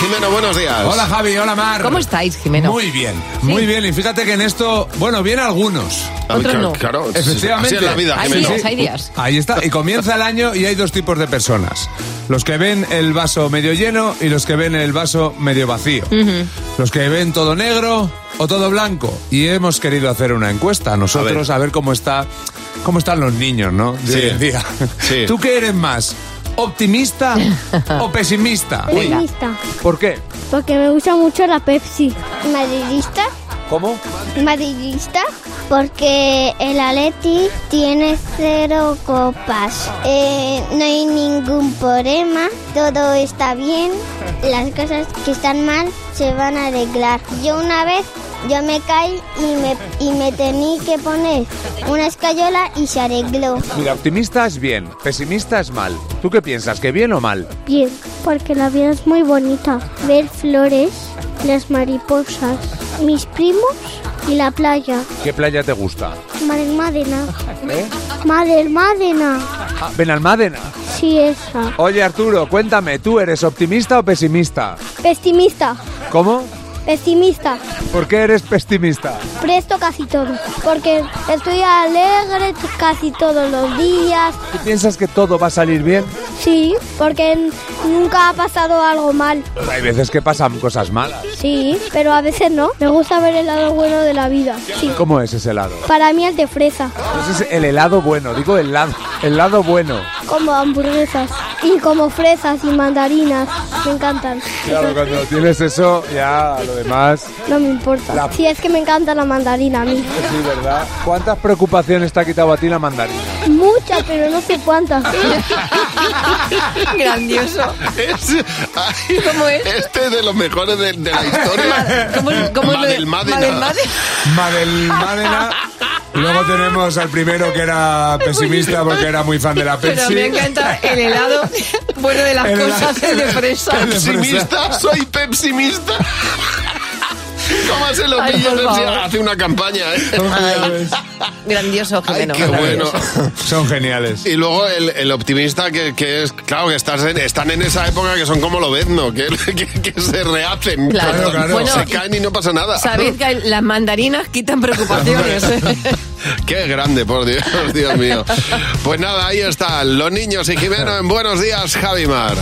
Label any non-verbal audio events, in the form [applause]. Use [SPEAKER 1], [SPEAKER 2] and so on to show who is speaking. [SPEAKER 1] Jimeno, buenos días.
[SPEAKER 2] Hola Javi, hola Mar.
[SPEAKER 3] ¿Cómo estáis, Jimeno?
[SPEAKER 2] Muy bien, muy bien. Y fíjate que en esto, bueno, bien algunos.
[SPEAKER 1] Ah,
[SPEAKER 3] Otros
[SPEAKER 1] claro,
[SPEAKER 3] no.
[SPEAKER 1] Claro, es-
[SPEAKER 2] Efectivamente.
[SPEAKER 1] Así es la vida,
[SPEAKER 3] Hay
[SPEAKER 1] Jimeno.
[SPEAKER 3] días, hay días.
[SPEAKER 2] Ahí está. Y comienza el año y hay dos tipos de personas. Los que ven el vaso medio lleno y los que ven el vaso medio vacío. Los que ven todo negro o todo blanco. Y hemos querido hacer una encuesta a nosotros a ver, cómo está cómo están los niños, ¿no? De
[SPEAKER 1] Sí.
[SPEAKER 2] hoy en día.
[SPEAKER 1] Sí.
[SPEAKER 2] ¿Tú qué eres más? ¿Optimista o pesimista?
[SPEAKER 3] Venga.
[SPEAKER 4] Madridista,
[SPEAKER 2] ¿Por qué?
[SPEAKER 4] porque me gusta mucho la Pepsi. Madridista,
[SPEAKER 2] ¿Cómo?
[SPEAKER 4] madridista, porque el Atleti tiene cero copas. Eh, no hay ningún problema, todo está bien. Las cosas que están mal se van a arreglar. Yo una vez yo me caí y me, y me tení que poner una escayola y se arregló.
[SPEAKER 2] Mira, optimista es bien, pesimista es mal. ¿Tú qué piensas? ¿Que bien o mal?
[SPEAKER 4] Bien, porque la vida es muy bonita. Ver flores, las mariposas, mis primos y la playa.
[SPEAKER 2] ¿Qué playa te gusta?
[SPEAKER 4] Madalmádena. Madalmádena.
[SPEAKER 2] Benalmádena.
[SPEAKER 4] Sí, esa.
[SPEAKER 2] Oye Arturo, cuéntame, ¿tú eres optimista o pesimista?
[SPEAKER 4] Pesimista.
[SPEAKER 2] ¿Cómo?
[SPEAKER 4] Pesimista.
[SPEAKER 2] ¿Por qué eres pesimista?
[SPEAKER 4] Presto casi todo. Porque estoy alegre casi todos los días.
[SPEAKER 2] ¿Tú piensas que todo va a salir bien?
[SPEAKER 4] Sí, porque n- nunca ha pasado algo mal.
[SPEAKER 2] Hay veces que pasan cosas malas.
[SPEAKER 4] Sí, pero a veces no. Me gusta ver el lado bueno de la vida. Sí.
[SPEAKER 2] ¿Cómo es ese helado?
[SPEAKER 4] Para mí el de fresa.
[SPEAKER 2] Ese es el helado bueno, digo el lado, el lado bueno.
[SPEAKER 4] Como hamburguesas. Y como fresas y mandarinas. Me encantan.
[SPEAKER 2] Claro, cuando tienes eso, ya lo demás.
[SPEAKER 4] No me importa.
[SPEAKER 2] La-
[SPEAKER 4] Si es que me encanta la mandarina a mí.
[SPEAKER 2] Sí, ¿verdad? ¿Cuántas preocupaciones te ha quitado a ti la mandarina?
[SPEAKER 4] Muchas, pero no sé cuántas.
[SPEAKER 3] [laughs] Grandioso.
[SPEAKER 1] Es, ay,
[SPEAKER 3] ¿Cómo es?
[SPEAKER 1] Este es de los mejores de, de la historia.
[SPEAKER 3] ¿Cómo, es- cómo es lo de-
[SPEAKER 1] Madelmádena.
[SPEAKER 3] Madelmádena?
[SPEAKER 2] Madelmádena. Luego tenemos al primero que era pesimista porque era muy fan de la
[SPEAKER 3] Pero
[SPEAKER 2] [laughs]
[SPEAKER 3] me encanta el helado [laughs] bueno de las
[SPEAKER 2] El helado-
[SPEAKER 3] cosas de fresa.
[SPEAKER 1] [laughs]
[SPEAKER 2] El-
[SPEAKER 1] Pepsimista, soy pepsimista. ¿Cómo se lo
[SPEAKER 3] Ay,
[SPEAKER 1] pillo?
[SPEAKER 3] por
[SPEAKER 1] Pepsi?
[SPEAKER 3] favor.
[SPEAKER 1] Hace una campaña, ¿eh?
[SPEAKER 3] Grandioso,
[SPEAKER 1] Ay,
[SPEAKER 3] Jimeno.
[SPEAKER 1] qué bueno.
[SPEAKER 3] grandioso.
[SPEAKER 2] Son geniales.
[SPEAKER 1] Y luego el, el optimista, que, que es, claro, que estás en- están en esa época que son como lo ¿no? que, que, que se rehacen.
[SPEAKER 3] Claro,
[SPEAKER 1] Cuando
[SPEAKER 2] claro.
[SPEAKER 1] Se
[SPEAKER 3] Bueno,
[SPEAKER 1] caen y no pasa nada.
[SPEAKER 3] Sabéis que las mandarinas quitan
[SPEAKER 1] [laughs]
[SPEAKER 3] preocupaciones. ¿eh?
[SPEAKER 1] Qué grande, por Dios, Dios mío. Pues nada, ahí están los niños y Jimeno en Buenos Días, Javimar.